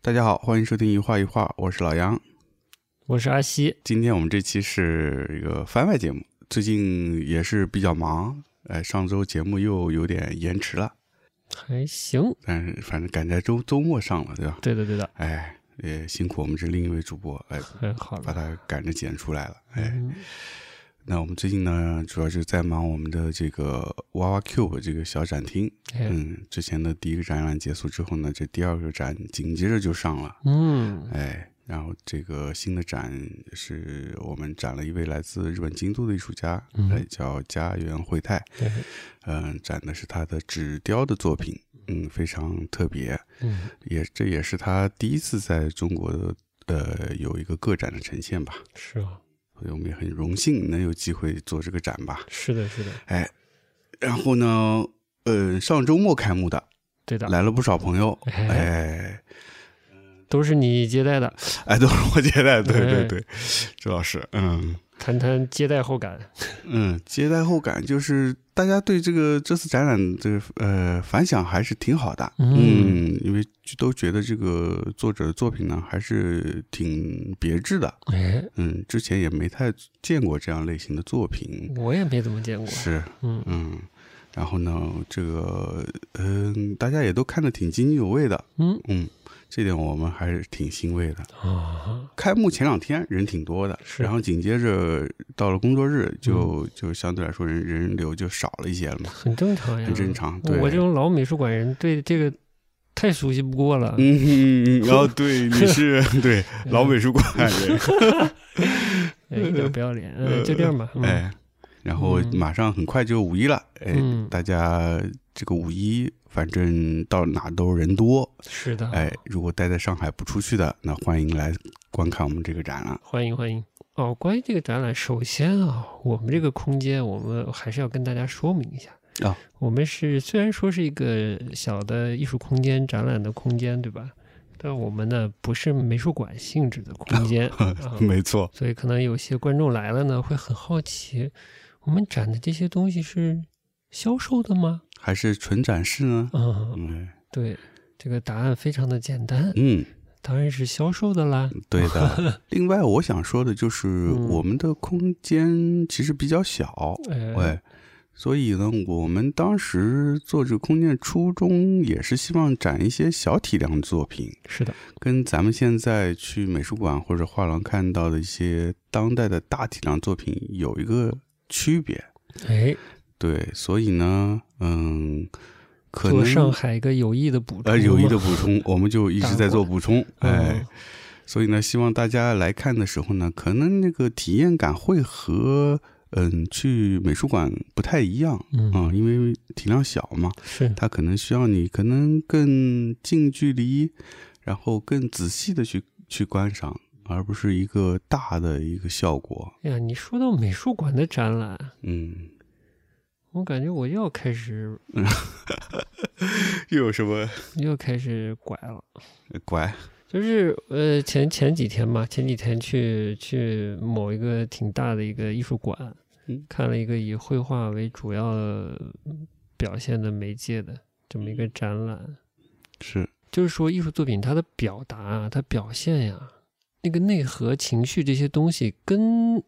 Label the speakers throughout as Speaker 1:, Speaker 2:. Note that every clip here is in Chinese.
Speaker 1: 大家好，欢迎收听一画一画，我是老杨。
Speaker 2: 我是阿西，
Speaker 1: 今天我们这期是一个番外节目，最近也是比较忙，哎，上周节目又有点延迟了，
Speaker 2: 还哎行。
Speaker 1: 但是反正赶在周周末上了，对吧？
Speaker 2: 对的，对的，
Speaker 1: 哎，也辛苦我们这另一位主播，哎，
Speaker 2: 很好
Speaker 1: 把
Speaker 2: 了。
Speaker 1: 它赶着剪出来了，哎。
Speaker 2: 嗯，
Speaker 1: 那我们最近呢，主要是在忙我们的这个娃娃 Cube 这个小展厅。
Speaker 2: 哎
Speaker 1: 嗯，之前的第一个展览结束之后呢，这第二个展紧接着就上了。
Speaker 2: 嗯，
Speaker 1: 哎，然后这个新的展是我们展了一位来自日本京都的艺术家，
Speaker 2: 嗯
Speaker 1: 哎，叫家园惠太。
Speaker 2: 对，
Speaker 1: 嗯、展的是他的纸雕的作品，嗯，非常特别，
Speaker 2: 嗯，
Speaker 1: 也这也是他第一次在中国的呃有一个个展的呈现吧。
Speaker 2: 是啊，
Speaker 1: 所以我们也很荣幸能有机会做这个展吧。
Speaker 2: 是的，是的，
Speaker 1: 然后呢，呃，上周末开幕的，
Speaker 2: 对的，
Speaker 1: 来了不少朋友，
Speaker 2: 啊哎
Speaker 1: 哎
Speaker 2: 都是你接待的，
Speaker 1: 哎，都是我接待，对对
Speaker 2: 哎
Speaker 1: 对，周老师，嗯
Speaker 2: 谈谈接待后感。
Speaker 1: 嗯，接待后感就是大家对这个这次展览这个呃反响还是挺好的，
Speaker 2: 嗯
Speaker 1: 嗯，因为都觉得这个作者的作品呢还是挺别致的，
Speaker 2: 哎，
Speaker 1: 嗯，之前也没太见过这样类型的作品，
Speaker 2: 我也没怎么见过。
Speaker 1: 是，
Speaker 2: 嗯，
Speaker 1: 嗯。然后呢，这个嗯，大家也都看得挺津津有味的，
Speaker 2: 嗯
Speaker 1: 嗯，这点我们还是挺欣慰的。
Speaker 2: 啊，
Speaker 1: 开幕前两天人挺多的，
Speaker 2: 是嗯
Speaker 1: 然后紧接着到了工作日就、就相对来说人人流就少了一些了嘛，
Speaker 2: 很正常呀，
Speaker 1: 很正。常。对，
Speaker 2: 我这种老美术馆人对这个太熟悉不过了。
Speaker 1: 嗯嗯，嗯然后对 你是对
Speaker 2: 嗯
Speaker 1: 老美术馆人，
Speaker 2: 哎，一点不要脸。嗯，就这样吧。嗯
Speaker 1: 哎，然后
Speaker 2: 嗯
Speaker 1: 马上很快就五一了，哎，
Speaker 2: 嗯
Speaker 1: 大家这个五一反正到哪都人多，
Speaker 2: 是的。
Speaker 1: 哎，如果待在上海不出去的，那欢迎来观看我们这个展啊览。
Speaker 2: 欢迎欢迎。哦，关于这个展览，首先啊，我们这个空间，我们还是要跟大家说明一下
Speaker 1: 啊。
Speaker 2: 我们是虽然说是一个小的艺术空间、展览的空间，对吧？但我们呢不是美术馆性质的空间啊，
Speaker 1: 没错，
Speaker 2: 所以可能有些观众来了呢，会很好奇，我们展的这些东西是销售的吗？
Speaker 1: 还是纯展示呢？
Speaker 2: 嗯，
Speaker 1: 嗯
Speaker 2: 对，这个答案非常的简单，
Speaker 1: 嗯，
Speaker 2: 当然是销售的啦。
Speaker 1: 对的。 另外，我想说的就是，
Speaker 2: 嗯
Speaker 1: 我们的空间其实比较小，
Speaker 2: 呃，
Speaker 1: 哎，所以呢，我们当时做这个空间初衷也是希望展一些小体量的作品，
Speaker 2: 是的，
Speaker 1: 跟咱们现在去美术馆或者画廊看到的一些当代的大体量作品有一个区别。
Speaker 2: 哎，
Speaker 1: 对，所以呢，嗯，可
Speaker 2: 做
Speaker 1: 能
Speaker 2: 上海一个有益的补充吗，
Speaker 1: 呃有意的补充，我们就一直在做补充，哎。
Speaker 2: 嗯，
Speaker 1: 所以呢，希望大家来看的时候呢，可能那个体验感会和嗯去美术馆不太一样
Speaker 2: 嗯，
Speaker 1: 啊、因为体量小嘛，
Speaker 2: 是，
Speaker 1: 它可能需要你可能更近距离，然后更仔细的去去观赏，而不是一个大的一个效果。
Speaker 2: 哎呀，你说到美术馆的展览，
Speaker 1: 嗯，
Speaker 2: 我感觉我又要开始
Speaker 1: 又有什么
Speaker 2: 又要开始拐了。
Speaker 1: 拐？
Speaker 2: 就是呃，前前几天嘛，前几天去去某一个挺大的一个艺术馆，
Speaker 1: 嗯
Speaker 2: 看了一个以绘画为主要表现的媒介的这么一个展览。
Speaker 1: 是，
Speaker 2: 就是说，艺术作品它的表达啊，它表现呀、那个内核、情绪这些东西，跟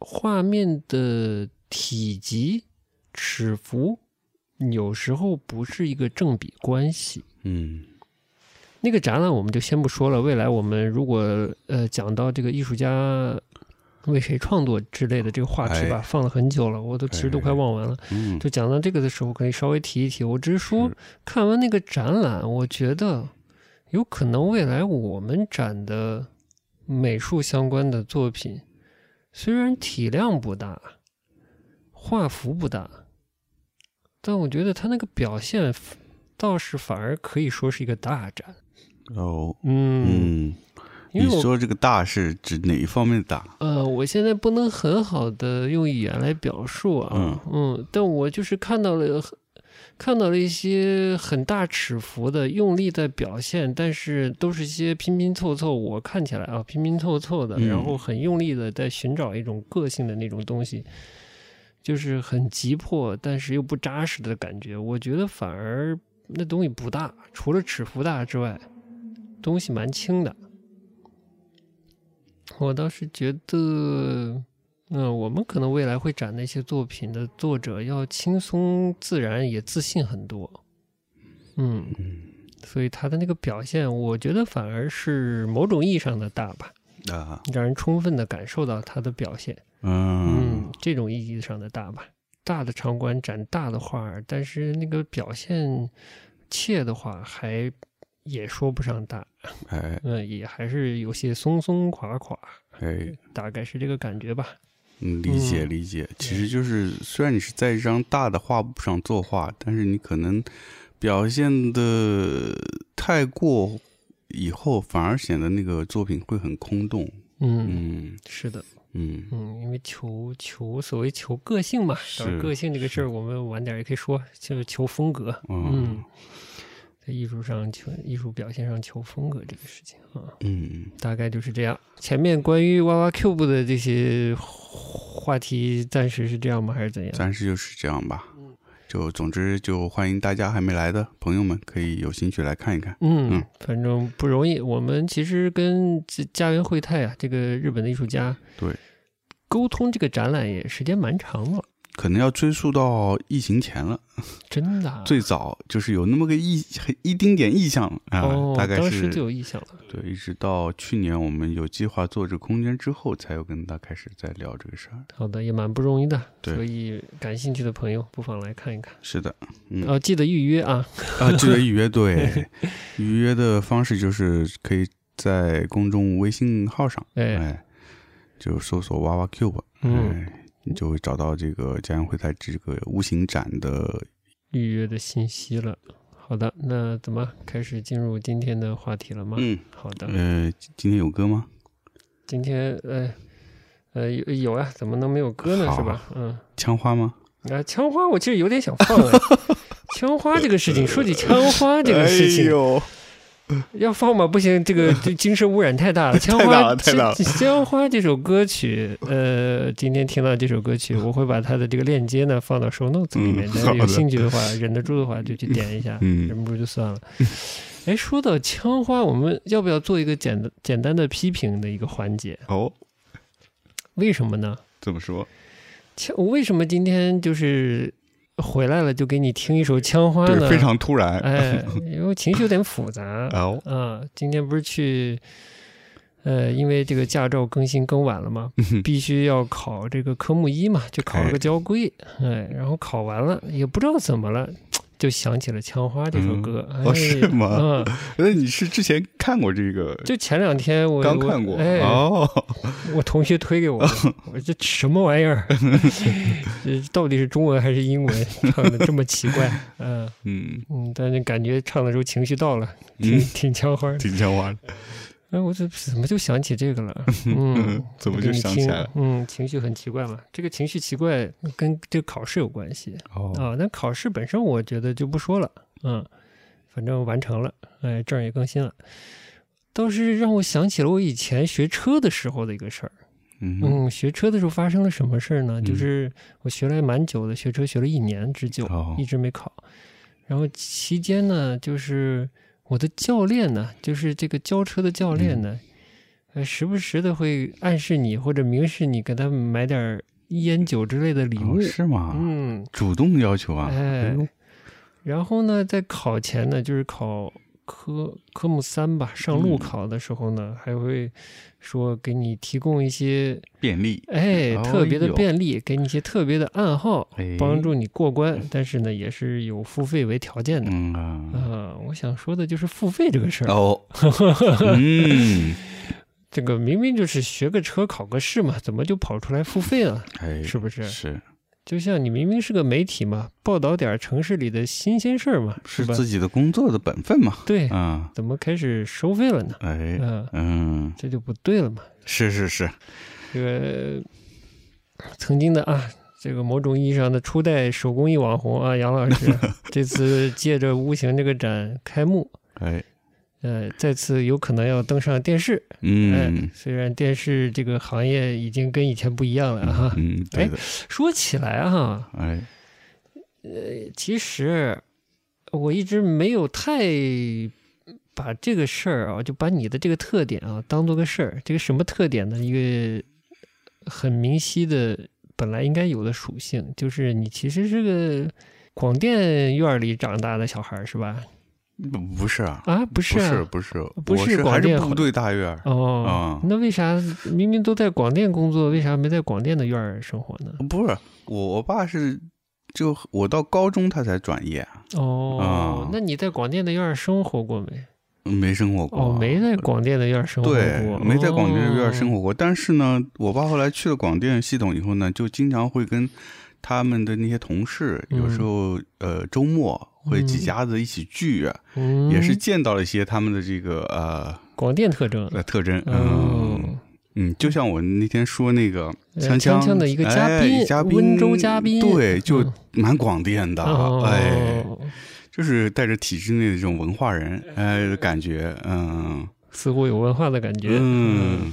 Speaker 2: 画面的体积、尺幅，有时候不是一个正比关系。
Speaker 1: 嗯
Speaker 2: 那个展览我们就先不说了，未来我们如果呃讲到这个艺术家为谁创作之类的这个话题吧，
Speaker 1: 哎
Speaker 2: 放了很久了，我都其实都快忘完了。
Speaker 1: 嗯，
Speaker 2: 就讲到这个的时候，可以稍微提一提。我只是说，
Speaker 1: 是
Speaker 2: 看完那个展览，我觉得有可能未来我们展的美术相关的作品，虽然体量不大，画幅不大，但我觉得它那个表现倒是反而可以说是一个大展。
Speaker 1: 哦，
Speaker 2: 嗯，
Speaker 1: 嗯，
Speaker 2: 因
Speaker 1: 你
Speaker 2: 为我
Speaker 1: 说这个大是指哪一方面的大？
Speaker 2: 呃，我现在不能很好的用语言来表述啊，
Speaker 1: 嗯
Speaker 2: 嗯，但我就是看到了，看到了一些很大尺幅的用力在表现，但是都是一些拼拼凑凑，我看起来啊拼拼凑凑的，
Speaker 1: 嗯
Speaker 2: 然后很用力的在寻找一种个性的那种东西，就是很急迫，但是又不扎实的感觉。我觉得反而那东西不大，除了尺幅大之外，东西蛮轻的。我倒是觉得，嗯，我们可能未来会展那些作品的作者要轻松自然，也自信很多。嗯，所以他的那个表现，我觉得反而是某种意义上的大吧，
Speaker 1: 啊，
Speaker 2: 让人充分的感受到他的表现。嗯
Speaker 1: 嗯，，
Speaker 2: 这种意义上的大吧，大的场馆展大的画儿，但是那个表现切的话，还也说不上大，
Speaker 1: 哎
Speaker 2: 嗯，也还是有些松松垮垮，
Speaker 1: 哎，
Speaker 2: 大概是这个感觉吧。
Speaker 1: 嗯理解
Speaker 2: 嗯
Speaker 1: 理解。其实就是，虽然你是在一张大的画布上作画，但是你可能表现的太过以后，反而显得那个作品会很空洞。
Speaker 2: 嗯，
Speaker 1: 嗯
Speaker 2: 是的，
Speaker 1: 嗯，
Speaker 2: 嗯，因为求求所谓求个性嘛，当然
Speaker 1: 是
Speaker 2: 个性这个事儿，我们晚点儿也可以说，就是求风格。嗯
Speaker 1: 嗯，
Speaker 2: 在艺术上求艺术表现上求风格这个事情啊。
Speaker 1: 嗯
Speaker 2: 大概就是这样。前面关于娃娃 Cube 的这些话题，暂时是这样吗？还是怎样？
Speaker 1: 暂时就是这样吧。就总之就欢迎大家还没来的朋友们可以有兴趣来看一看。
Speaker 2: 嗯
Speaker 1: 嗯，
Speaker 2: 反正不容易。我们其实跟这家园惠太啊，这个日本的艺术家，
Speaker 1: 对，
Speaker 2: 沟通这个展览也时间蛮长了，
Speaker 1: 可能要追溯到疫情前了，
Speaker 2: 真的啊、
Speaker 1: 最早就是有那么个意很一丁点意向啊，
Speaker 2: 哦，
Speaker 1: 大概
Speaker 2: 当
Speaker 1: 是
Speaker 2: 时就有意向了。
Speaker 1: 对，一直到去年我们有计划做这个空间之后，才有跟大家开始在聊这个事儿。
Speaker 2: 好的，也蛮不容易的，
Speaker 1: 对
Speaker 2: 所以感兴趣的朋友不妨来看一看。
Speaker 1: 是的，嗯
Speaker 2: 哦，记得预约啊。
Speaker 1: 啊，记得预约。 对，预约的方式就是可以在公众微信号上，
Speaker 2: 哎，
Speaker 1: 哎，就搜索“娃娃 Cube”，
Speaker 2: 嗯，
Speaker 1: 哎，你就会找到这个家园会在这个无形展的。
Speaker 2: 预约的信息了。好的，那怎么开始进入今天的话题了吗？
Speaker 1: 嗯，
Speaker 2: 好的，
Speaker 1: 呃，今天有歌吗？
Speaker 2: 今天呃呃有有呀、怎么能没有歌呢？
Speaker 1: 好啊
Speaker 2: 是吧？嗯，
Speaker 1: 枪花吗？
Speaker 2: 啊，枪花我其实有点想放 哎，枪花这个事情，说起枪花这个事
Speaker 1: 哎
Speaker 2: 情，
Speaker 1: 呦，
Speaker 2: 要放吗？不行，这 个这精神污染太大了。枪
Speaker 1: 大
Speaker 2: 花
Speaker 1: 了太大了
Speaker 2: 这这枪花这首歌曲，呃，今天听到这首 歌曲，我会把它的这个链接呢放到 show notes 里面
Speaker 1: 嗯，
Speaker 2: 大家有
Speaker 1: 好的
Speaker 2: 兴趣的话，忍得住的话就去点一下，
Speaker 1: 嗯
Speaker 2: 忍不住就算了。哎，说到枪花，我们要不要做一个简单简单的批评的一个环节？
Speaker 1: 哦，
Speaker 2: 为什么呢？
Speaker 1: 怎么说？
Speaker 2: 枪，我为什么今天就是回来了就给你听一首《枪花》呢？
Speaker 1: 对，非常突然。
Speaker 2: 哎，因为情绪有点复杂
Speaker 1: 哦，
Speaker 2: 啊。今天不是去，呃，因为这个驾照更新更晚了嘛，
Speaker 1: 嗯
Speaker 2: 必须要考这个科目一嘛，就考了个交规，哎，然后考完了也不知道怎么了。就想起了《枪花》这首歌，
Speaker 1: 嗯
Speaker 2: 哎
Speaker 1: 哦是吗
Speaker 2: 嗯，
Speaker 1: 那你是之前看过这个？
Speaker 2: 就前两天 我
Speaker 1: 刚
Speaker 2: 我
Speaker 1: 看过
Speaker 2: 哎，
Speaker 1: 哦，
Speaker 2: 我同学推给我的，我说这什么玩意儿？ 这到底是中文还是英文？ 唱的这么奇怪？嗯、
Speaker 1: 嗯，
Speaker 2: 嗯，但是感觉唱的时候情绪到了，挺、
Speaker 1: 嗯，
Speaker 2: 挺枪 花的。
Speaker 1: 挺像话的，
Speaker 2: 哎，我这怎么就想起这 个了？嗯，
Speaker 1: 怎么
Speaker 2: 我给
Speaker 1: 就
Speaker 2: 你
Speaker 1: 想起
Speaker 2: 听
Speaker 1: 来了？
Speaker 2: 嗯，情绪很奇怪嘛。这个情绪奇怪跟这个考试有关系
Speaker 1: 哦，
Speaker 2: 啊。那考试本身我觉得就不说了，嗯，反正完成了，哎，证儿也更新了。倒是让我想起了我以前学车的时候的一个事儿。
Speaker 1: 嗯哼
Speaker 2: 嗯，学车的时候发生了什么事儿呢？就
Speaker 1: 嗯
Speaker 2: 是我学了蛮久的，学车学了一年之久，
Speaker 1: 哦
Speaker 2: 一直没考。然后期间呢，就是我的教练呢，就是这个教车的教练
Speaker 1: 嗯
Speaker 2: 呢，呃，时不时的会暗示你或者明示你给他买点儿烟酒之类的礼物。
Speaker 1: 哦是吗？
Speaker 2: 嗯，
Speaker 1: 主动要求啊，
Speaker 2: 哎
Speaker 1: 呦，
Speaker 2: 然后呢，在考前呢，就是考科科目三吧，上路
Speaker 1: 嗯
Speaker 2: 考的时候呢，还会说给你提供一些
Speaker 1: 便利，
Speaker 2: 哎，
Speaker 1: 哦
Speaker 2: 特别的
Speaker 1: 有
Speaker 2: 便利，给你一些特别的暗号，
Speaker 1: 哎
Speaker 2: 帮助你过关，但是呢，也是有付费为条件的。
Speaker 1: 嗯啊，
Speaker 2: 啊，我想说的就是付费这个事儿。
Speaker 1: 哦，嗯，
Speaker 2: 这个明明就是学个车、考个试嘛，怎么就跑出来付费了？
Speaker 1: 哎，
Speaker 2: 是不是？
Speaker 1: 是
Speaker 2: 就像你明明是个媒体嘛，报道点儿城市里的新鲜事儿嘛，是
Speaker 1: 是
Speaker 2: 吧？哎
Speaker 1: 自己的工作的本分嘛，
Speaker 2: 对，
Speaker 1: 啊，
Speaker 2: 怎么开始收费了呢？
Speaker 1: 哎，
Speaker 2: 嗯、
Speaker 1: 嗯，
Speaker 2: 这就不对了嘛。
Speaker 1: 是是是，
Speaker 2: 这个曾经的啊，这个某种意义上的初代手工艺网红啊，杨老 师这次借着无形这个展开幕，
Speaker 1: 哎，
Speaker 2: 呃，再次有可能要登上电视。哎
Speaker 1: 嗯，
Speaker 2: 虽然电视这个行业已经跟以前不一样了啊哈、 哎
Speaker 1: 嗯，对的，
Speaker 2: 说起来哈、
Speaker 1: 哎，
Speaker 2: 其实我一直没有太把这个事儿啊，就把你的这个特点啊，当做个事儿。这个什么特点呢？一个很明晰的本来应该有的属性，就是你其实是个广电院里长大的小孩儿，是吧？
Speaker 1: 不不是啊，
Speaker 2: 啊，不是、
Speaker 1: 不
Speaker 2: 啊，
Speaker 1: 是不是，
Speaker 2: 不
Speaker 1: 我
Speaker 2: 是
Speaker 1: 是
Speaker 2: 广
Speaker 1: 还是
Speaker 2: 电
Speaker 1: 部
Speaker 2: 环
Speaker 1: 队大院儿，
Speaker 2: 哦
Speaker 1: 啊，
Speaker 2: 那为啥明明都在广电工作，为啥没在广电的院儿生活呢？
Speaker 1: 不是我我爸是就我到高中他才转业啊，
Speaker 2: 哦，
Speaker 1: 啊
Speaker 2: 那你在广电的院儿生活过没？
Speaker 1: 没生活过
Speaker 2: 哦，
Speaker 1: 啊，
Speaker 2: 没在广电的院儿生活
Speaker 1: 对
Speaker 2: 过，，哦
Speaker 1: 没在广电院儿生
Speaker 2: 活。
Speaker 1: 活过。但是呢，我爸后来去了广电系统以后呢，就经常会跟他们的那些同事，
Speaker 2: 嗯
Speaker 1: 有时候呃周末会几
Speaker 2: 嗯
Speaker 1: 家子一起聚，
Speaker 2: 嗯，
Speaker 1: 也是见到了一些他们的这个呃
Speaker 2: 广电特征。
Speaker 1: 呃特征。嗯
Speaker 2: 哦，
Speaker 1: 嗯，就像我那天说那个
Speaker 2: 呃
Speaker 1: 锵
Speaker 2: 锵锵的一个嘉
Speaker 1: 哎
Speaker 2: 宾
Speaker 1: 嘉宾
Speaker 2: 温州嘉宾
Speaker 1: 对，就
Speaker 2: 嗯
Speaker 1: 蛮广电的，
Speaker 2: 哦，
Speaker 1: 哎，就是带着体制内的这种文化人，哎，感觉，嗯
Speaker 2: 似乎有文化的感觉，
Speaker 1: 嗯，，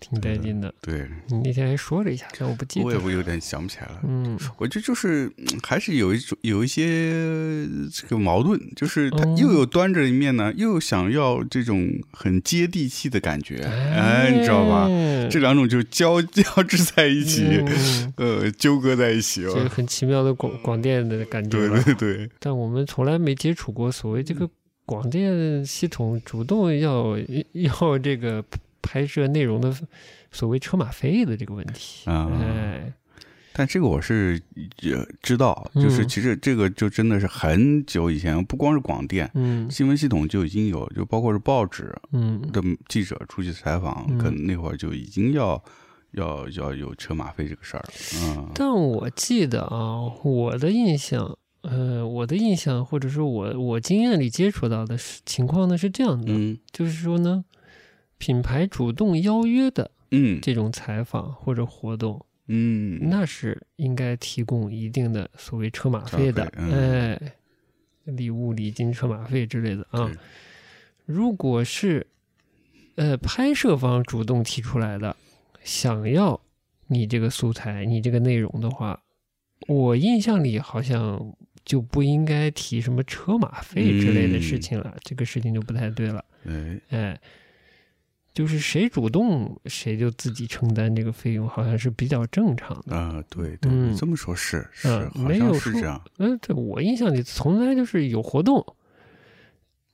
Speaker 2: 挺带劲的。
Speaker 1: 对，
Speaker 2: 你那天还说了一下，但我不记
Speaker 1: 我也
Speaker 2: 得。
Speaker 1: 不有点想不起来了。
Speaker 2: 嗯，
Speaker 1: 我觉得就是嗯还是有一种有一些呃这个矛盾，就是他
Speaker 2: 嗯
Speaker 1: 又有端着一面
Speaker 2: 哎
Speaker 1: 呢，又想要这种很接地气的感觉，哎，你知道吧？
Speaker 2: 哎
Speaker 1: 这两种就交 交织在一起，
Speaker 2: 嗯
Speaker 1: 呃，纠葛在一起
Speaker 2: 这个
Speaker 1: 哦。
Speaker 2: 很奇妙的广广电的感觉
Speaker 1: 对
Speaker 2: 吧。
Speaker 1: 对对，
Speaker 2: 但我们从来没接触过所谓这
Speaker 1: 嗯
Speaker 2: 个广电系统主动要 要这个拍摄内容的所谓车马费的这个问题。
Speaker 1: 啊
Speaker 2: 哎，
Speaker 1: 但这个我是呃知道，就是
Speaker 2: 嗯
Speaker 1: 其实这个就真的是很久以前，不光是广电。
Speaker 2: 嗯
Speaker 1: 新闻系统就已经有，就包括是报纸
Speaker 2: 嗯，
Speaker 1: 的记者出去采访，
Speaker 2: 嗯
Speaker 1: 可能那会儿就已经要要要有车马费这个事儿了。嗯，
Speaker 2: 但我记得啊，我的印象，呃，我的印象或者说我我经验里接触到的是情况呢是这样的，
Speaker 1: 嗯
Speaker 2: 就是说呢，品牌主动邀约的
Speaker 1: 嗯
Speaker 2: 这种采访或者活动，
Speaker 1: 嗯，
Speaker 2: 那是应该提供一定的所谓车马费的
Speaker 1: 车，马费嗯
Speaker 2: 哎，礼物、礼金、车马费之类的啊
Speaker 1: 对。
Speaker 2: 如果是呃拍摄方主动提出来的，想要你这个素材、你这个内容的话，我印象里好像就不应该提什么车马费之类的事情了，这个事情就不太对了。
Speaker 1: 哎，
Speaker 2: 哎，就是谁主动谁就自己承担这个费用，好像是比较正常的。
Speaker 1: 啊，对对，
Speaker 2: 嗯
Speaker 1: 你这么说是是，
Speaker 2: 嗯
Speaker 1: 好
Speaker 2: 没有
Speaker 1: 像是
Speaker 2: 说
Speaker 1: 这样。
Speaker 2: 嗯，对我印象里从来就是有活动，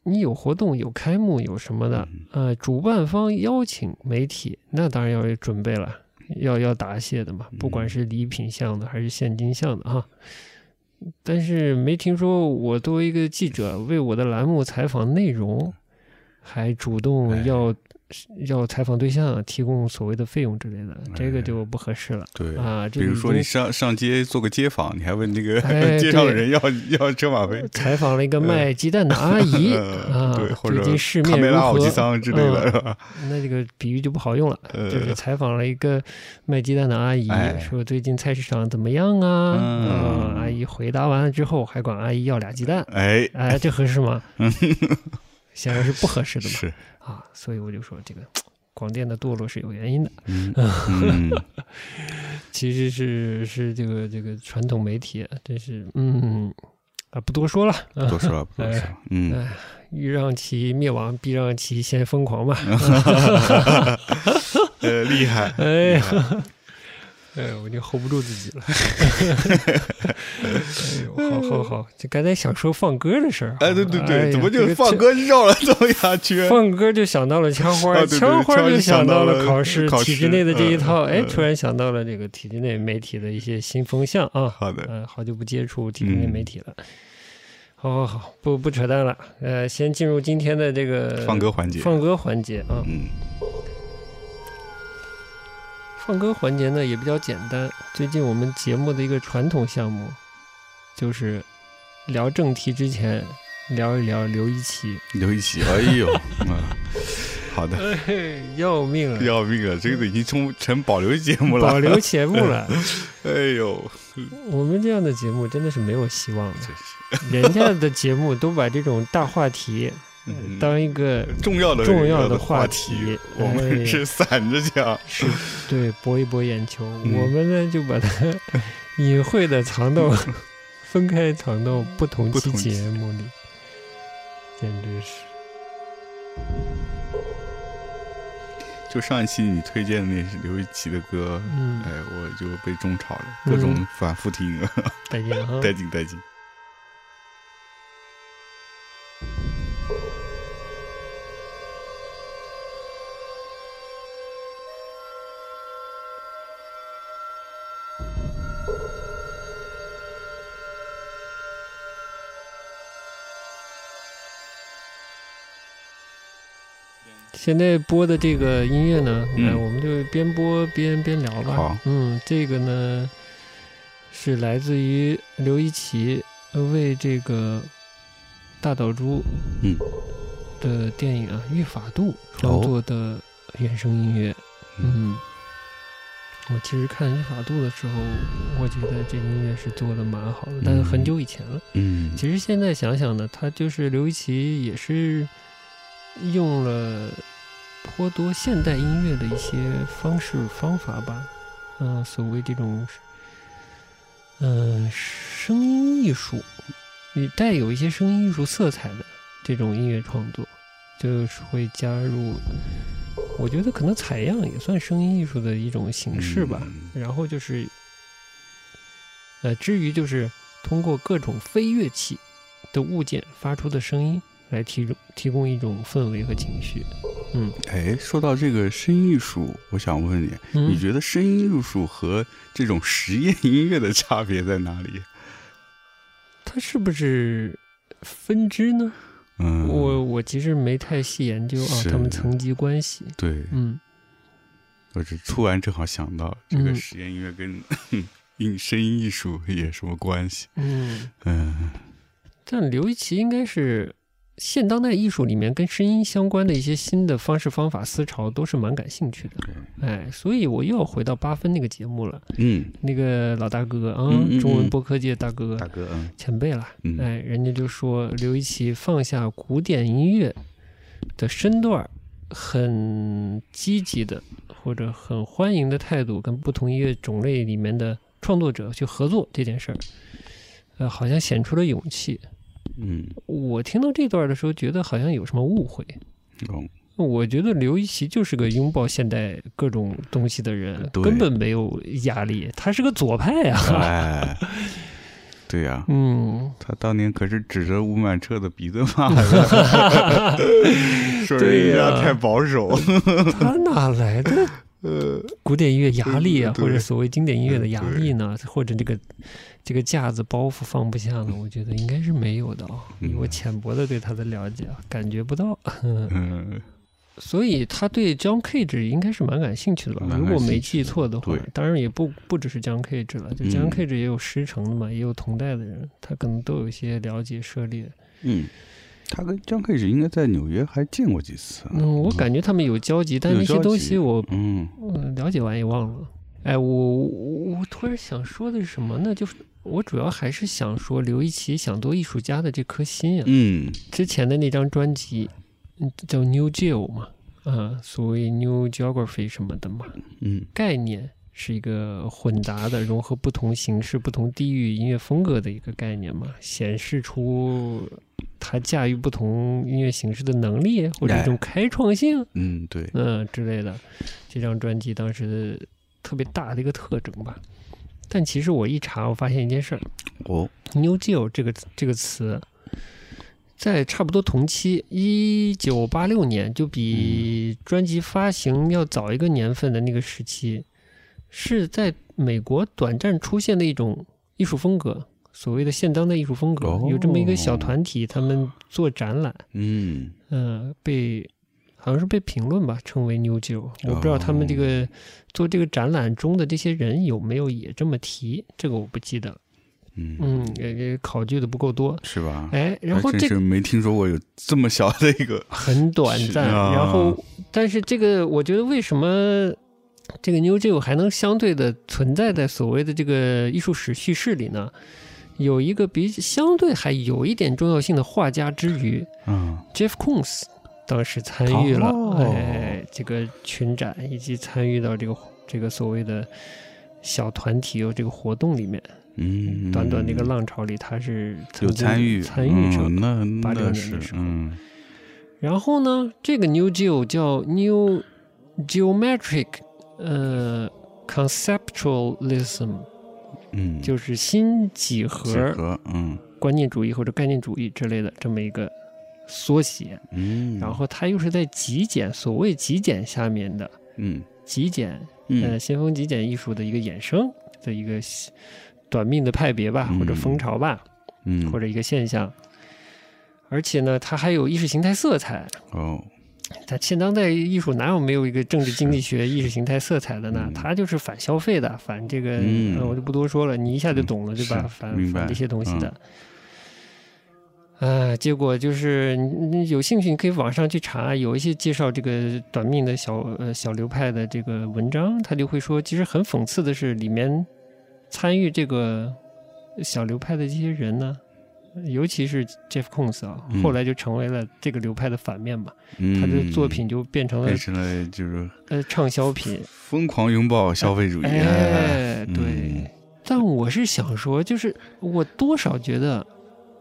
Speaker 2: 你有活动有开幕有什么的，
Speaker 1: 嗯
Speaker 2: 呃，主办方邀请媒体，那当然要有准备了，要要答谢的嘛，不
Speaker 1: 嗯
Speaker 2: 管是礼品项的还是现金项的啊。但是没听说我作为一个记者为我的栏目采访内容，还主动
Speaker 1: 哎
Speaker 2: 要、要采访对象提供所谓的费用之类的，这个就不合适了、
Speaker 1: 哎对，
Speaker 2: 啊。这
Speaker 1: 比如
Speaker 2: 已
Speaker 1: 说
Speaker 2: 经
Speaker 1: 你上上街做个街访，你还问那个
Speaker 2: 哎
Speaker 1: 街上的
Speaker 2: 对
Speaker 1: 人要要车马费，
Speaker 2: 采访了一个卖鸡蛋的阿 姨
Speaker 1: 呃
Speaker 2: 啊
Speaker 1: 对，或
Speaker 2: 最
Speaker 1: 者
Speaker 2: 近市
Speaker 1: 卡
Speaker 2: 面
Speaker 1: 梅
Speaker 2: 如
Speaker 1: 拉好
Speaker 2: 何嗯
Speaker 1: 吉？桑之类的，是吧？
Speaker 2: 那这个比喻就不好用了，
Speaker 1: 呃
Speaker 2: 就是采访了一个卖鸡蛋的阿姨，
Speaker 1: 哎
Speaker 2: 说最近菜市场怎么样啊？
Speaker 1: 嗯
Speaker 2: 呃阿姨回答完了之后，还管阿姨要俩鸡蛋，
Speaker 1: 哎，
Speaker 2: 哎，这合适吗？
Speaker 1: 嗯
Speaker 2: 显然是不合适的嘛
Speaker 1: 是，
Speaker 2: 啊，所以我就说这个广电的堕落是有原因的，
Speaker 1: 嗯 嗯，
Speaker 2: 其实是是这个这个传统媒体，啊真是嗯啊，不多说了，
Speaker 1: 不多说了，不多说了，嗯，
Speaker 2: 哎，欲让其灭亡，必让其先疯狂吧。
Speaker 1: 呃，厉害，
Speaker 2: 哎呀，哎，我就 hold 不住自己了。哎呦，好好好，就刚才想说放歌的事儿。
Speaker 1: 哎，对对
Speaker 2: 哎呀
Speaker 1: 对，怎么就
Speaker 2: 这个
Speaker 1: 放歌绕了这么下去
Speaker 2: 这？放歌就想到了枪花
Speaker 1: 啊
Speaker 2: 儿，
Speaker 1: 对对
Speaker 2: 枪
Speaker 1: 枪
Speaker 2: 花
Speaker 1: 花
Speaker 2: 儿
Speaker 1: 儿
Speaker 2: 就
Speaker 1: 就
Speaker 2: 想
Speaker 1: 想
Speaker 2: 到
Speaker 1: 到
Speaker 2: 了
Speaker 1: 了
Speaker 2: 考试
Speaker 1: 考
Speaker 2: 体制
Speaker 1: 试
Speaker 2: 内的这一
Speaker 1: 嗯
Speaker 2: 套，哎，
Speaker 1: 嗯
Speaker 2: 突然想到了这个体制内媒体的一些新风向啊。
Speaker 1: 好的，
Speaker 2: 嗯，好久不接触体制内媒体了。好好好，不不扯淡了，呃，先进入今天的这个
Speaker 1: 放歌环节，
Speaker 2: 呃放歌环节啊。
Speaker 1: 嗯，
Speaker 2: 放歌环节呢也比较简单。最近我们节目的一个传统项目，就是聊正题之前聊一聊刘一奇。
Speaker 1: 刘一奇，哎呦，嗯，好的。
Speaker 2: 要命啊！
Speaker 1: 要命啊！这个已经充成保留节目了，
Speaker 2: 保留节 目了，
Speaker 1: 哎呦，
Speaker 2: 我们这样的节目真的是没有希望了。
Speaker 1: 真是
Speaker 2: 人家的节目都把这种大话题呃
Speaker 1: 嗯
Speaker 2: 当一个
Speaker 1: 重要的
Speaker 2: 重要的
Speaker 1: 的
Speaker 2: 话
Speaker 1: 题
Speaker 2: 题，
Speaker 1: 我
Speaker 2: 哎
Speaker 1: 们是散着讲。
Speaker 2: 是对博一博眼球，
Speaker 1: 嗯
Speaker 2: 我们呢就把它 隐晦的藏到分开藏到不同
Speaker 1: 不
Speaker 2: 期
Speaker 1: 同期
Speaker 2: 节目里，简直是
Speaker 1: 就上一期你推荐的那是刘禹锡的歌，
Speaker 2: 嗯
Speaker 1: 哎，我就被种草了，
Speaker 2: 嗯
Speaker 1: 各种反复听，
Speaker 2: 再见 哈。
Speaker 1: 带劲带劲。
Speaker 2: 现在播的这个音乐呢，
Speaker 1: 嗯
Speaker 2: 哎，我们就边播边边聊吧。
Speaker 1: 好
Speaker 2: 嗯，这个呢是来自于刘一奇呃为这个大岛渚
Speaker 1: 嗯
Speaker 2: 的电影啊《御法度》创作的原声音
Speaker 1: 哦
Speaker 2: 乐。嗯，我其实看《御法度》的时候，我觉得这音乐是做的蛮好的，但是很久以前了。
Speaker 1: 嗯
Speaker 2: 其实现在想想呢，他就是刘一奇也是用了颇多现代音乐的一些方式方法吧，嗯、所谓这种，嗯、声音艺术，也带有一些声音艺术色彩的这种音乐创作，就是会加入，我觉得可能采样也算声音艺术的一种形式吧。
Speaker 1: 嗯
Speaker 2: 然后就是，呃，至于就是通过各种非乐器的物件发出的声音来提供提供一种氛围和情绪。
Speaker 1: 哎，说到这个声音艺术，我想问你，
Speaker 2: 嗯
Speaker 1: 你觉得声音艺术和这种实验音乐的差别在哪里？
Speaker 2: 它是不是分支呢？
Speaker 1: 嗯，
Speaker 2: 我我其实没太细研究啊，
Speaker 1: 是
Speaker 2: 他们层级关系。
Speaker 1: 对，
Speaker 2: 嗯，
Speaker 1: 我这突然正好想到，这个
Speaker 2: 嗯
Speaker 1: 实验音乐跟音声音艺术也什么关系？
Speaker 2: 嗯，
Speaker 1: 嗯，
Speaker 2: 但刘一奇应该是现当代艺术里面跟声音相关的一些新的方式、方法、思潮都是蛮感兴趣的。
Speaker 1: 对，
Speaker 2: 哎，所以我又要回到八分那个节目了。
Speaker 1: 嗯，
Speaker 2: 那个老大哥啊，
Speaker 1: 嗯嗯嗯
Speaker 2: 中文播客界大哥
Speaker 1: 大哥，嗯
Speaker 2: 前辈了，
Speaker 1: 嗯，
Speaker 2: 哎，人家就说刘一奇放下古典音乐的身段儿，很积极的或者很欢迎的态度，跟不同音乐种类里面的创作者去合作这件事儿，呃，好像显出了勇气。
Speaker 1: 嗯，
Speaker 2: 我听到这段儿的时候，觉得好像有什么误会。
Speaker 1: 懂，
Speaker 2: 我觉得刘一奇就是个拥抱现代各种东西的人，
Speaker 1: 对
Speaker 2: 根本没有压力。他是个左派啊，
Speaker 1: 哎，对呀、
Speaker 2: 嗯，
Speaker 1: 他当年可是指着吴满彻的 鼻子骂 的，说人
Speaker 2: 对呀
Speaker 1: 家太保守。
Speaker 2: 他哪来的
Speaker 1: 呃，
Speaker 2: 古典音乐压力啊，
Speaker 1: 对
Speaker 2: 或者所谓经典音乐的压力呢？或者这个这个架子包袱放不下呢？我觉得应该是没有的啊，
Speaker 1: 嗯
Speaker 2: 以我浅薄的对他的了解啊，感觉不到。
Speaker 1: 嗯，
Speaker 2: 所以他对 John Cage 应该是蛮感兴趣的吧？
Speaker 1: 蛮感
Speaker 2: 如果没
Speaker 1: 兴趣
Speaker 2: 记
Speaker 1: 的
Speaker 2: 错的话
Speaker 1: 对，
Speaker 2: 当然也不不只是 John Cage 了，就 John
Speaker 1: 嗯
Speaker 2: Cage 也有师承的嘛，也有同代的人，他可能都有一些了解涉猎。
Speaker 1: 嗯，他跟江克 a 应该在纽约还见过几次。
Speaker 2: 嗯，我感觉他们有交集，但
Speaker 1: 有
Speaker 2: 那些
Speaker 1: 交
Speaker 2: 东
Speaker 1: 集
Speaker 2: 西我
Speaker 1: 嗯
Speaker 2: 嗯，了解完也忘了。哎，我我我突然想说的是什么呢？就是我主要还是想说刘一奇想做艺术家的这颗心呀、
Speaker 1: 嗯
Speaker 2: 之前的那张专辑嗯叫 New Geo 嘛，啊，所谓 New Geography 什么的嘛，
Speaker 1: 嗯
Speaker 2: 概念是一个混杂的、融合不同形式、不同地域音乐风格的一个概念嘛，显示出他驾驭不同音乐形式的能力或者一种开创性。
Speaker 1: 嗯，对，
Speaker 2: 嗯之类的，这张专辑当时特别大的一个特征吧。但其实我一查，我发现一件事儿
Speaker 1: 哦，
Speaker 2: ，“new deal” 这个这个词，在差不多同期，一九八六年，就比专辑发行要早一个年份的那个时期，是在美国短暂出现的一种艺术风格，所谓的现当代艺术风格，有这么一个小
Speaker 1: 哦
Speaker 2: 团体，他们做展览。
Speaker 1: 嗯
Speaker 2: 嗯，被好像是被评论吧称为 New Deal，我不知道他们这
Speaker 1: 哦
Speaker 2: 个、做这个展览中的这些人有没有也这么提，这个我不记得了。
Speaker 1: 嗯，
Speaker 2: 嗯，也也考据的不够多。
Speaker 1: 是吧？
Speaker 2: 哎，然后
Speaker 1: 还
Speaker 2: 这
Speaker 1: 真
Speaker 2: 个
Speaker 1: 是没听说过有这么小的一 个，啊
Speaker 2: 很短
Speaker 1: 是
Speaker 2: 暂，
Speaker 1: 啊
Speaker 2: 然后但是这个我觉得为什么这个 New Deal 还能相对的存在在所谓的这个艺术史叙事里呢？有一个比相对还有一点重要性的画家之余，
Speaker 1: 嗯
Speaker 2: Jeff Koons 当时参与了、
Speaker 1: 哦
Speaker 2: 哎这个群展，以及参与到这个这个所谓的小团体哦这个活动里面。
Speaker 1: 嗯，
Speaker 2: 短短的一个浪潮里，他是曾
Speaker 1: 有
Speaker 2: 经
Speaker 1: 参与
Speaker 2: 参与者。
Speaker 1: 嗯那
Speaker 2: 86
Speaker 1: 那
Speaker 2: 年的
Speaker 1: 是
Speaker 2: 时候
Speaker 1: 嗯
Speaker 2: 然后呢，这个 New Geo 叫 New Geometric 呃 Conceptualism，
Speaker 1: 嗯，
Speaker 2: 就是新几何
Speaker 1: 几何，嗯
Speaker 2: 观念主义或者概念主义之类的这么一个缩写。
Speaker 1: 嗯，
Speaker 2: 然后它又是在极简，所谓极简下面的
Speaker 1: 嗯
Speaker 2: 极简呃，
Speaker 1: 嗯
Speaker 2: 先锋极简艺术的一个衍生的一个西短命的派别吧，或者风
Speaker 1: 嗯
Speaker 2: 潮吧，
Speaker 1: 嗯，
Speaker 2: 或者一个现象。而且呢，它还有意识形态色彩。
Speaker 1: 哦，
Speaker 2: 它现当代艺术哪有没有一个政治经济学、意识形态色彩的呢？
Speaker 1: 嗯
Speaker 2: 它就是反消费的，反这个、
Speaker 1: 嗯
Speaker 2: 呃我就不多说了，你一下就懂了，
Speaker 1: 嗯
Speaker 2: 对吧？
Speaker 1: 是
Speaker 2: 反
Speaker 1: 明白嗯
Speaker 2: 反这些东西的。啊，结果就是你你有兴趣，你可以网上去查，有一些介绍这个短命的小呃小流派的这个文章，他就会说，其实很讽刺的是，里面参与这个小流派的这些人呢，尤其是 Jeff Koons 啊，
Speaker 1: 嗯
Speaker 2: 后来就成为了这个流派的反面嘛。
Speaker 1: 嗯
Speaker 2: 他的作品就变成了
Speaker 1: 变成了就是
Speaker 2: 呃畅销品。
Speaker 1: 疯狂拥抱消费主义，哎
Speaker 2: 哎，对
Speaker 1: 嗯。
Speaker 2: 但我是想说，就是我多少觉得，
Speaker 1: 嗯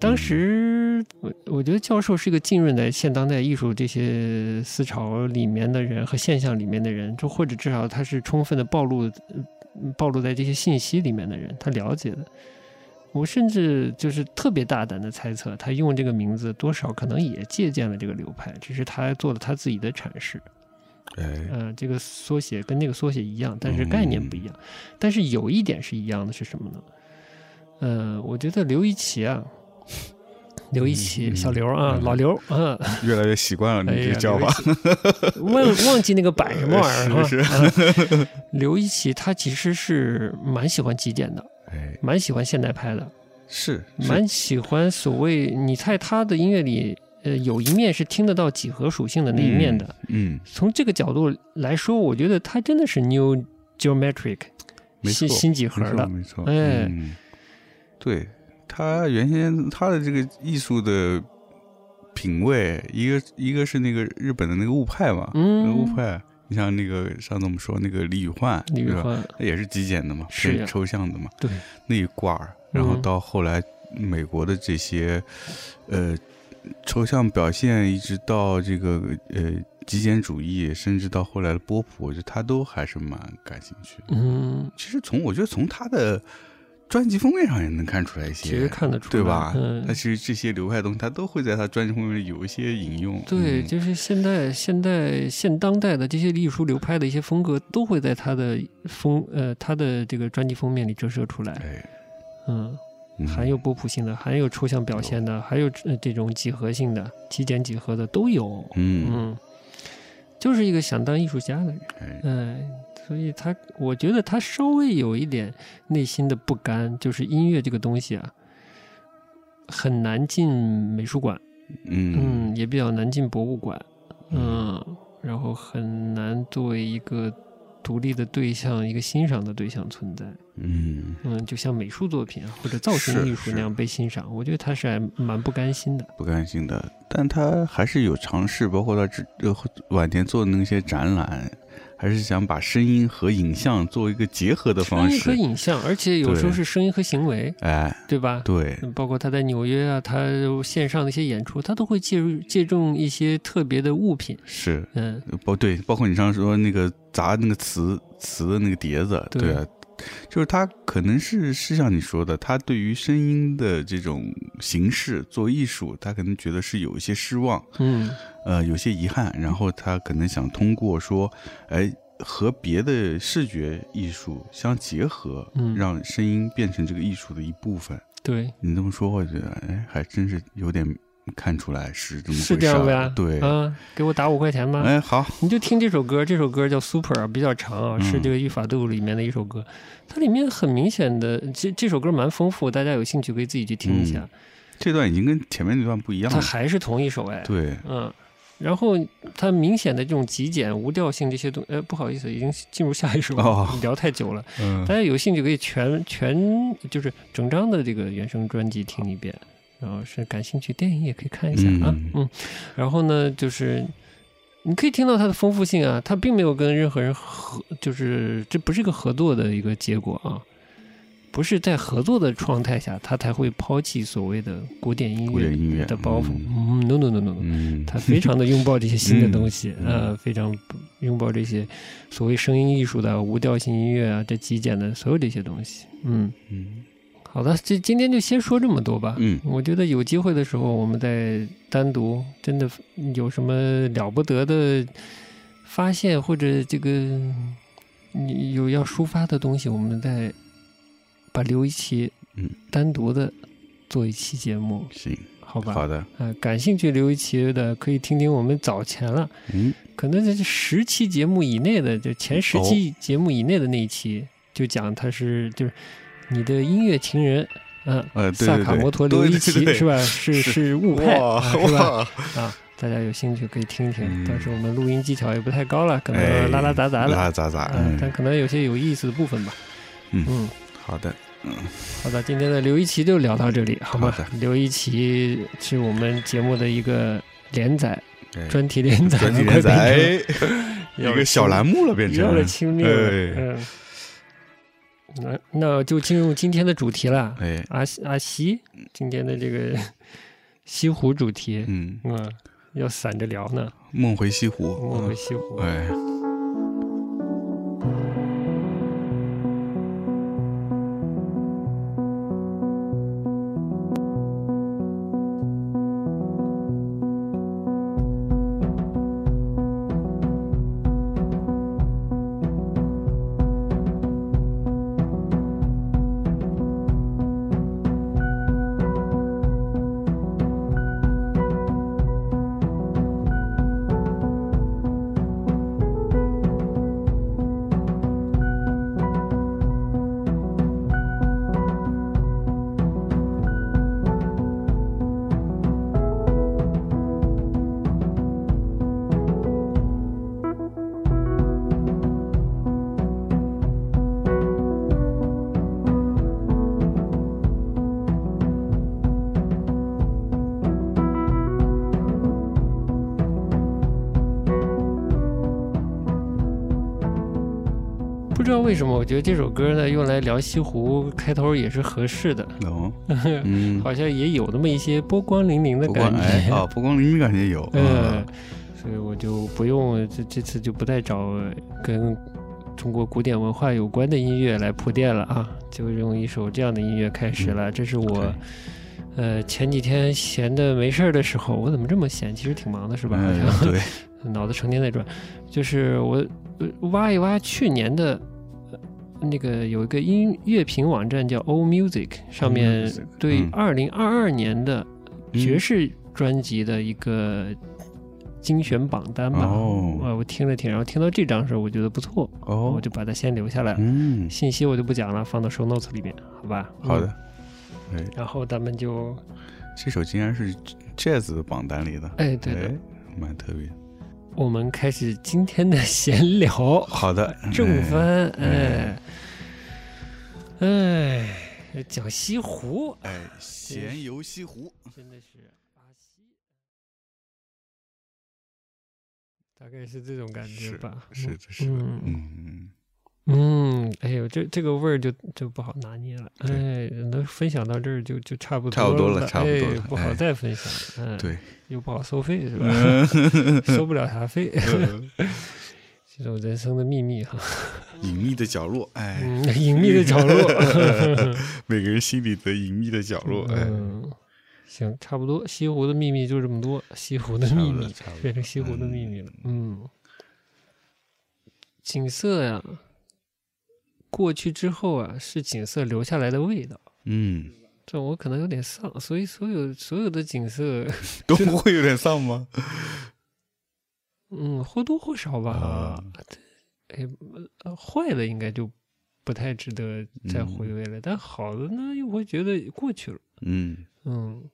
Speaker 2: 当时我我觉得教授是一个浸润在现当代艺术这些思潮里面的人和现象里面的人，就或者至少他是充分的暴露呃暴露在这些信息里面的人，他了解的。我甚至就是特别大胆的猜测，他用这个名字多少可能也借鉴了这个流派，只是他做了他自己的阐释。
Speaker 1: 哎，
Speaker 2: 呃，这个缩写跟那个缩写一样，但是概念不一样。
Speaker 1: 嗯
Speaker 2: 但是有一点是一样的，是什么呢？呃，我觉得刘一奇啊，刘一奇，
Speaker 1: 嗯
Speaker 2: 小刘啊，
Speaker 1: 嗯
Speaker 2: 老刘啊，
Speaker 1: 越来越习惯了
Speaker 2: 哎
Speaker 1: 你这
Speaker 2: 呀
Speaker 1: 个叫法，
Speaker 2: 忘忘记那个板什么玩意 儿
Speaker 1: 是
Speaker 2: 是吧？啊刘一奇他其实是蛮喜欢极简的，
Speaker 1: 哎，
Speaker 2: 蛮喜欢现代派的，
Speaker 1: 是是
Speaker 2: 蛮喜欢所谓你在他的音乐里，呃，有一面是听得到几何属性的那一面的。
Speaker 1: 嗯，
Speaker 2: 从这个角度来说，我觉得它真的是 New Geometric
Speaker 1: 没错
Speaker 2: 新新几何
Speaker 1: 没错
Speaker 2: 的。
Speaker 1: 没错，
Speaker 2: 哎
Speaker 1: 嗯，对他原先他的这个艺术的品味，一个一个是那个日本的那个雾派嘛，
Speaker 2: 嗯
Speaker 1: 那个雾派，你像那个上次我们说那个李宇焕，
Speaker 2: 李宇
Speaker 1: 对吧
Speaker 2: 焕，
Speaker 1: 那也是极简的嘛，
Speaker 2: 是呀
Speaker 1: 偏抽象的嘛，
Speaker 2: 对，
Speaker 1: 那一挂儿，然后
Speaker 2: 嗯
Speaker 1: 到后来美国的这些，呃，抽象表现，一直到这个呃极简主义，甚至到后来的波普，我觉得他都还是蛮感兴趣的。
Speaker 2: 嗯，
Speaker 1: 其实从我觉得从他的专辑封面上也能看出来一些，
Speaker 2: 其实看得出来，
Speaker 1: 对吧？
Speaker 2: 嗯
Speaker 1: 但，其实这些流派的东西，他都会在他专辑封面有一些引用。
Speaker 2: 对，
Speaker 1: 嗯
Speaker 2: 就是现代、现代、现当代的这些艺术流派的一些风格，都会在他的封呃他的这个专辑封面里折射出来。
Speaker 1: 哎，
Speaker 2: 嗯，
Speaker 1: 嗯
Speaker 2: 含有波普性的，含有抽象表现的，还有呃这种几何性的、极简几何的都有。
Speaker 1: 嗯，
Speaker 2: 嗯，就是一个想当艺术家的人。
Speaker 1: 哎，
Speaker 2: 嗯，所以他，我觉得他稍微有一点内心的不甘，就是音乐这个东西啊，很难进美术馆，
Speaker 1: 嗯
Speaker 2: 嗯，也比较难进博物馆，嗯，然后很难作为一个独立的对象、一个欣赏的对象存在，
Speaker 1: 嗯，
Speaker 2: 嗯，就像美术作品啊或者造型
Speaker 1: 是
Speaker 2: 艺术
Speaker 1: 是
Speaker 2: 那样被欣赏，我觉得他是还蛮不甘心的，
Speaker 1: 不甘心的，但他还是有尝试，包括他之呃晚年做的那些展览，还是想把声音和影像做一个结合的方
Speaker 2: 声音和
Speaker 1: 式。
Speaker 2: 影像，而且有时候
Speaker 1: 对
Speaker 2: 是声音和行为，
Speaker 1: 哎，
Speaker 2: 对吧？
Speaker 1: 对，
Speaker 2: 嗯包括他在纽约啊，他线上的一些演出，他都会借入借重一些特别的物品，
Speaker 1: 是
Speaker 2: 嗯，
Speaker 1: 包对，包括你上次说那个砸那个瓷瓷的那个碟子，
Speaker 2: 对
Speaker 1: 对啊，就是他可能是是像你说的，他对于声音的这种形式做艺术，他可能觉得是有一些失望，
Speaker 2: 嗯，
Speaker 1: 呃，有些遗憾，然后他可能想通过说，哎，和别的视觉艺术相结合，
Speaker 2: 嗯
Speaker 1: 让声音变成这个艺术的一部分。
Speaker 2: 对，
Speaker 1: 你这么说，我觉得，哎，还真是有点看出来是这么回事
Speaker 2: 是这样
Speaker 1: 儿
Speaker 2: 呗，
Speaker 1: 对，
Speaker 2: 啊，给我打五块钱吧，
Speaker 1: 哎，好，
Speaker 2: 你就听这首歌，这首歌叫 Super，啊比较长啊，
Speaker 1: 嗯
Speaker 2: 是这个语法度里面的一首歌，它里面很明显的，这这首歌蛮丰富，大家有兴趣可以自己去听一下，
Speaker 1: 嗯这段已经跟前面那段不一样
Speaker 2: 它
Speaker 1: 了。
Speaker 2: 还是同一首哎，
Speaker 1: 对，
Speaker 2: 嗯。然后它明显的这种极简、无调性这些东，呃，不好意思，已经进入下一首了，
Speaker 1: 哦
Speaker 2: 聊太久了。
Speaker 1: 嗯
Speaker 2: 大，家有兴趣可以全全就是整张的这个原声专辑听一遍，然后是感兴趣电影也可以看一下啊，
Speaker 1: 嗯
Speaker 2: 嗯然后呢就是你可以听到它的丰富性啊，它并没有跟任何人合，就是这不是一个合作的一个结果啊，不是在合作的状态下，他才会抛弃所谓的古典音
Speaker 1: 古典
Speaker 2: 乐
Speaker 1: 音乐
Speaker 2: 嗯的包袱。
Speaker 1: 嗯
Speaker 2: 嗯，no no no no no，
Speaker 1: 嗯，
Speaker 2: 他非常的拥抱这些新的
Speaker 1: 嗯
Speaker 2: 东西，
Speaker 1: 嗯
Speaker 2: 呃，非常拥抱这些所谓声音艺术的无调性音乐啊，这极简的所有这些东西。嗯，
Speaker 1: 嗯
Speaker 2: 好的，这今天就先说这么多吧。
Speaker 1: 嗯
Speaker 2: 我觉得有机会的时候，我们再单独真的有什么了不得的发现或者这个你有要抒发的东西，我们再把留一期，
Speaker 1: 嗯，
Speaker 2: 单独的做一期节目，
Speaker 1: 行，
Speaker 2: 好吧？
Speaker 1: 好的，
Speaker 2: 啊，感兴趣刘一奇的可以听听我们早前了，
Speaker 1: 嗯，
Speaker 2: 可能是十期节目以内的，就前十
Speaker 1: 哦
Speaker 2: 期节目以内的那一期，就讲他是就是你的音乐情人，嗯、
Speaker 1: 呃，对
Speaker 2: 萨
Speaker 1: 对
Speaker 2: 卡
Speaker 1: 对，
Speaker 2: 摩托刘一
Speaker 1: 对
Speaker 2: 奇
Speaker 1: 对对
Speaker 2: 是吧？是
Speaker 1: 是
Speaker 2: 是 误
Speaker 1: 哇
Speaker 2: 派啊 是吧？
Speaker 1: 哇，
Speaker 2: 啊，大家有兴趣可以听听，
Speaker 1: 嗯
Speaker 2: 但是我们录音技巧也不太高了，可
Speaker 1: 哎
Speaker 2: 能拉拉杂杂
Speaker 1: 拉
Speaker 2: 的，
Speaker 1: 拉杂杂，
Speaker 2: 啊，但
Speaker 1: 嗯，
Speaker 2: 可能有些有意思的部分吧。
Speaker 1: 嗯
Speaker 2: 嗯，
Speaker 1: 好的，
Speaker 2: 好的，今天的刘一奇就聊到这里，好吗
Speaker 1: 好的？
Speaker 2: 刘一奇是我们节目的一个连载
Speaker 1: 哎
Speaker 2: 专题 连载，
Speaker 1: 专辑连载，哎
Speaker 2: 快变成
Speaker 1: 一个小栏目了，变成
Speaker 2: 要了亲密了，
Speaker 1: 哎
Speaker 2: 嗯。那那就进入今天的主题了，
Speaker 1: 哎，
Speaker 2: 阿西阿西，今天的这个 西湖主题，
Speaker 1: 嗯，
Speaker 2: 嗯，要散着聊呢，
Speaker 1: 梦回西湖，
Speaker 2: 我们西湖，
Speaker 1: 哎，
Speaker 2: 不知道为什么，我觉得这首歌呢用来聊西湖开头也是合适的，
Speaker 1: 哦， 嗯，
Speaker 2: 好像也有那么一些波光粼粼的
Speaker 1: 不光
Speaker 2: 感
Speaker 1: 哎
Speaker 2: 觉。
Speaker 1: 啊，不光灵感也有，啊
Speaker 2: 嗯，所以我就不用这这次就不再找跟中国古典文化有关的音乐来铺垫了啊，就用一首这样的音乐开始了。这是我
Speaker 1: 嗯 OK
Speaker 2: 呃前几天闲的没事儿的时候，我怎么这么闲？其实挺忙的是吧？好
Speaker 1: 嗯，
Speaker 2: 像
Speaker 1: 对，
Speaker 2: 脑子成天在转，就是我呃挖一挖去年的。呃那个有一个音乐评网站叫 O Music，上面
Speaker 1: Allmusic，
Speaker 2: 对
Speaker 1: 嗯
Speaker 2: 二零二二年的爵士专辑的一个精选榜单吧。
Speaker 1: 哦
Speaker 2: 呃，我听了听，然后听到这张的时候，我觉得不错，
Speaker 1: 哦，
Speaker 2: 我就把它先留下来了。
Speaker 1: 嗯，
Speaker 2: 信息我就不讲了，放到 show notes 里面，好吧？
Speaker 1: 好
Speaker 2: 嗯
Speaker 1: 的，哎，
Speaker 2: 然后咱们就，
Speaker 1: 这首竟然是 Jazz 的榜单里的，
Speaker 2: 哎，嗯对的，
Speaker 1: 哎，蛮特别。
Speaker 2: 我们开始今天的闲聊。
Speaker 1: 好的，
Speaker 2: 正
Speaker 1: 哎，
Speaker 2: 番，哎
Speaker 1: 哎，
Speaker 2: 哎，讲西湖，
Speaker 1: 哎，闲游西湖，
Speaker 2: 真的是阿西，大概是这种感觉吧。
Speaker 1: 是的，是的，
Speaker 2: 嗯
Speaker 1: 嗯，
Speaker 2: 嗯，哎呦，这这个味儿就就不好拿捏了。哎
Speaker 1: 对，
Speaker 2: 能分享到这儿就就差不多
Speaker 1: 差不多
Speaker 2: 了
Speaker 1: 了差不多
Speaker 2: 哎
Speaker 1: 了
Speaker 2: 不好
Speaker 1: 哎
Speaker 2: 再分享了。嗯，
Speaker 1: 对，
Speaker 2: 又不好收费是吧？
Speaker 1: 嗯
Speaker 2: 收不了啥费，这种人生的秘密哈，
Speaker 1: 隐秘的角落，哎，
Speaker 2: 嗯，隐秘的角落。
Speaker 1: 每个人心里的隐秘的角 落，哎，
Speaker 2: 嗯，行，差不多。西湖的秘密就这么多，西湖的
Speaker 1: 差
Speaker 2: 秘
Speaker 1: 不多
Speaker 2: 密
Speaker 1: 差不多
Speaker 2: 变成西湖的秘密了。嗯，景色呀，过去之后啊，是景色留下来的味道。
Speaker 1: 嗯，
Speaker 2: 这我可能有点丧，所以所有所有的景色，
Speaker 1: 都不会有点丧吗？
Speaker 2: 嗯，或多或少吧
Speaker 1: 啊，
Speaker 2: 哎，呃坏的应该就不太值得再回味了，但好的呢，又会觉得过去了。
Speaker 1: 嗯，
Speaker 2: 嗯，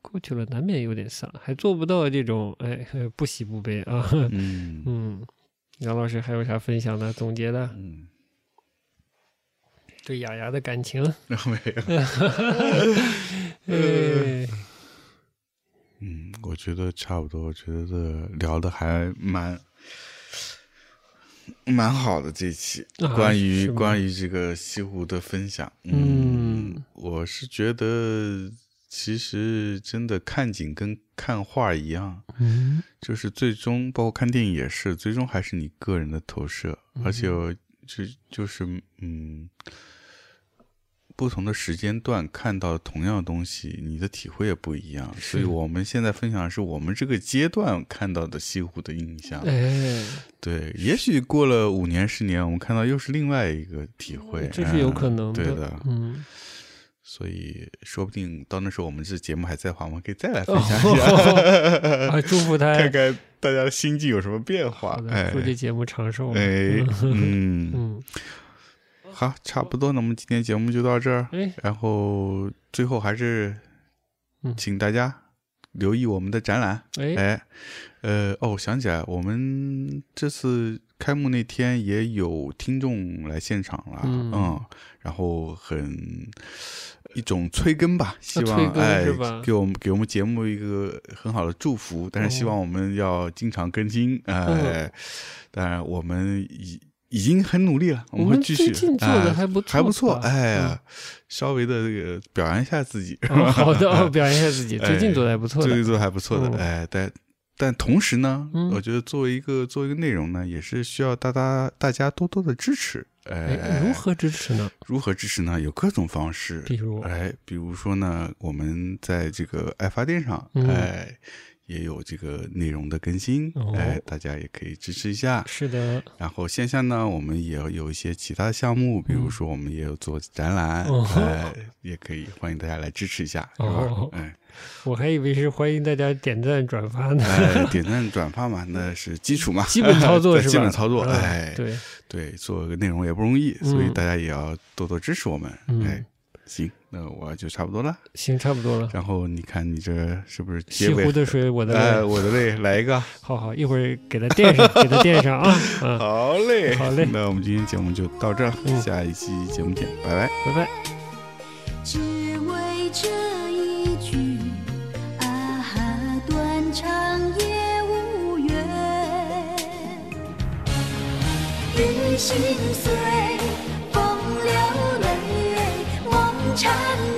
Speaker 2: 过去了难免有点丧，还做不到这种哎不喜不悲啊。
Speaker 1: 嗯，
Speaker 2: 嗯，杨老师还有啥分享的、总结的？
Speaker 1: 嗯，
Speaker 2: 对雅雅的感情，
Speaker 1: 没有。
Speaker 2: 哎，
Speaker 1: 嗯，我觉得差不多，我觉得聊的还蛮蛮好的这一期
Speaker 2: 啊
Speaker 1: 关于
Speaker 2: 是吗
Speaker 1: 关于这个西湖的分享，
Speaker 2: 嗯
Speaker 1: 我是觉得其实真的看景跟看画一样，
Speaker 2: 嗯
Speaker 1: 就是最终包括看电影也是，最终还是你个人的投射，而且
Speaker 2: 嗯
Speaker 1: 我就就是嗯，不同的时间段看到同样的东西，你的体会也不一样。所以
Speaker 2: 是
Speaker 1: 我们现在分享的是我们这个阶段看到的西湖的印象。
Speaker 2: 哎，
Speaker 1: 对，也许过了五年、十年，我们看到又是另外一个体会，
Speaker 2: 这是有可能
Speaker 1: 嗯
Speaker 2: 的。
Speaker 1: 对的，
Speaker 2: 嗯，
Speaker 1: 所以说不定到那时候我们这节目还在的话，我们可以再来分
Speaker 2: 哦
Speaker 1: 享一下，
Speaker 2: 啊，祝福他
Speaker 1: 看看大家的心境有什么变化
Speaker 2: 好。的，
Speaker 1: 哎
Speaker 2: 祝，这节目长寿。
Speaker 1: 哎，嗯，
Speaker 2: 嗯，
Speaker 1: 好，差不多，那么今天节目就到这儿。
Speaker 2: 哎，
Speaker 1: 然后最后还是
Speaker 2: 嗯
Speaker 1: 请大家留意我们的展览。
Speaker 2: 哎，
Speaker 1: 哎，呃，哦，我想起来，我们这次开幕那天也有听众来现场了，嗯
Speaker 2: 嗯
Speaker 1: 然后很一种催更吧，希
Speaker 2: 啊催
Speaker 1: 望
Speaker 2: 更
Speaker 1: 哎
Speaker 2: 是吧
Speaker 1: 给我们给我们节目一个很好的祝福，但是希
Speaker 2: 哦嗯
Speaker 1: 望我们要经常更新，哎，当然我们已已经很努力了，我
Speaker 2: 我
Speaker 1: 们会
Speaker 2: 们
Speaker 1: 继
Speaker 2: 最
Speaker 1: 续，
Speaker 2: 近做
Speaker 1: 哎
Speaker 2: 的还不
Speaker 1: 还不错，
Speaker 2: 错吧，
Speaker 1: 哎
Speaker 2: 嗯
Speaker 1: 呀，稍微的这个表扬一下自己，
Speaker 2: 哦好的，哦表扬一下自己，
Speaker 1: 哎
Speaker 2: 最近做的还不错
Speaker 1: 这
Speaker 2: 的
Speaker 1: 个。做得还不错的，
Speaker 2: 嗯
Speaker 1: 哎，但但同时呢，
Speaker 2: 嗯
Speaker 1: 我觉得作为一个作为一个内容呢，也是需要大家大家多多的支持，哎
Speaker 2: 哎，，如何支持呢？
Speaker 1: 如何支持呢？有各种方式，
Speaker 2: 比如，
Speaker 1: 哎，比如说呢，我们在这个爱发电上，
Speaker 2: 嗯
Speaker 1: 哎，也有这个内容的更新
Speaker 2: 哦，
Speaker 1: 哎，大家也可以支持一下。
Speaker 2: 是的，
Speaker 1: 然后线下呢，我们也有一些其他项目，比如说我们也有做展览，
Speaker 2: 哦
Speaker 1: 哎，也可以欢迎大家来支持一下，是吧
Speaker 2: 哦？
Speaker 1: 哎。
Speaker 2: 我还以为是欢迎大家点赞转发呢，
Speaker 1: 哎，点赞转发嘛，那是基础嘛，
Speaker 2: 基本操作
Speaker 1: 对
Speaker 2: 是吧？
Speaker 1: 基本操作，
Speaker 2: 嗯
Speaker 1: 哎，
Speaker 2: 对，
Speaker 1: 对，做个内容也不容易，所以
Speaker 2: 嗯
Speaker 1: 大家也要多多支持我们。哎
Speaker 2: 嗯，，
Speaker 1: 行，那我就差不多了。
Speaker 2: 行，差不多了。
Speaker 1: 然后你看你这是不是结
Speaker 2: 西
Speaker 1: 尾
Speaker 2: 湖？的水，我的
Speaker 1: 哎，
Speaker 2: 泪。
Speaker 1: 我的泪，来一 个。
Speaker 2: 好好，一会儿给它垫上，给它垫 上啊，嗯，
Speaker 1: 好嘞，
Speaker 2: 好嘞
Speaker 1: 那我们今天节目就到这儿了，
Speaker 2: 嗯
Speaker 1: 下一期节目见，拜拜。
Speaker 2: 拜拜。
Speaker 3: 只为这一句啊哈，断肠也无缘。于心碎，风流泪，梦缠啊啊